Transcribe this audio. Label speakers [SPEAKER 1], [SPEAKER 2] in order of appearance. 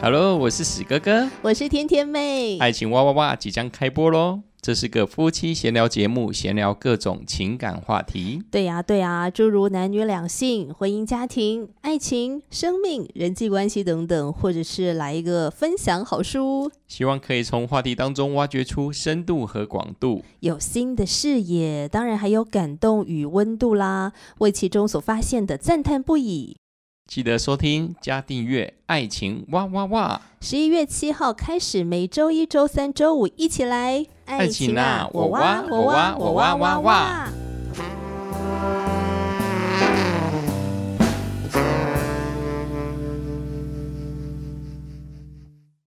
[SPEAKER 1] Hello，我是史哥哥，
[SPEAKER 2] 我是甜甜妹。
[SPEAKER 1] 爱情哇哇哇即将开播喽！这是个夫妻闲聊节目，闲聊各种情感话题。
[SPEAKER 2] 对呀、对呀、诸如男女两性、婚姻、家庭、爱情、生命、人际关系等等，或者是来一个分享好书，
[SPEAKER 1] 希望可以从话题当中挖掘出深度和广度。
[SPEAKER 2] 有新的视野，当然还有感动与温度啦。为其中所发现的赞叹不已。
[SPEAKER 1] 记得收听加订阅《爱情哇哇哇
[SPEAKER 2] 十一月七号开始，每周一、周三、周五一起来，
[SPEAKER 1] 爱情啊我
[SPEAKER 2] 我
[SPEAKER 1] 挖
[SPEAKER 2] 挖，
[SPEAKER 1] 我挖我挖挖挖
[SPEAKER 2] 哇！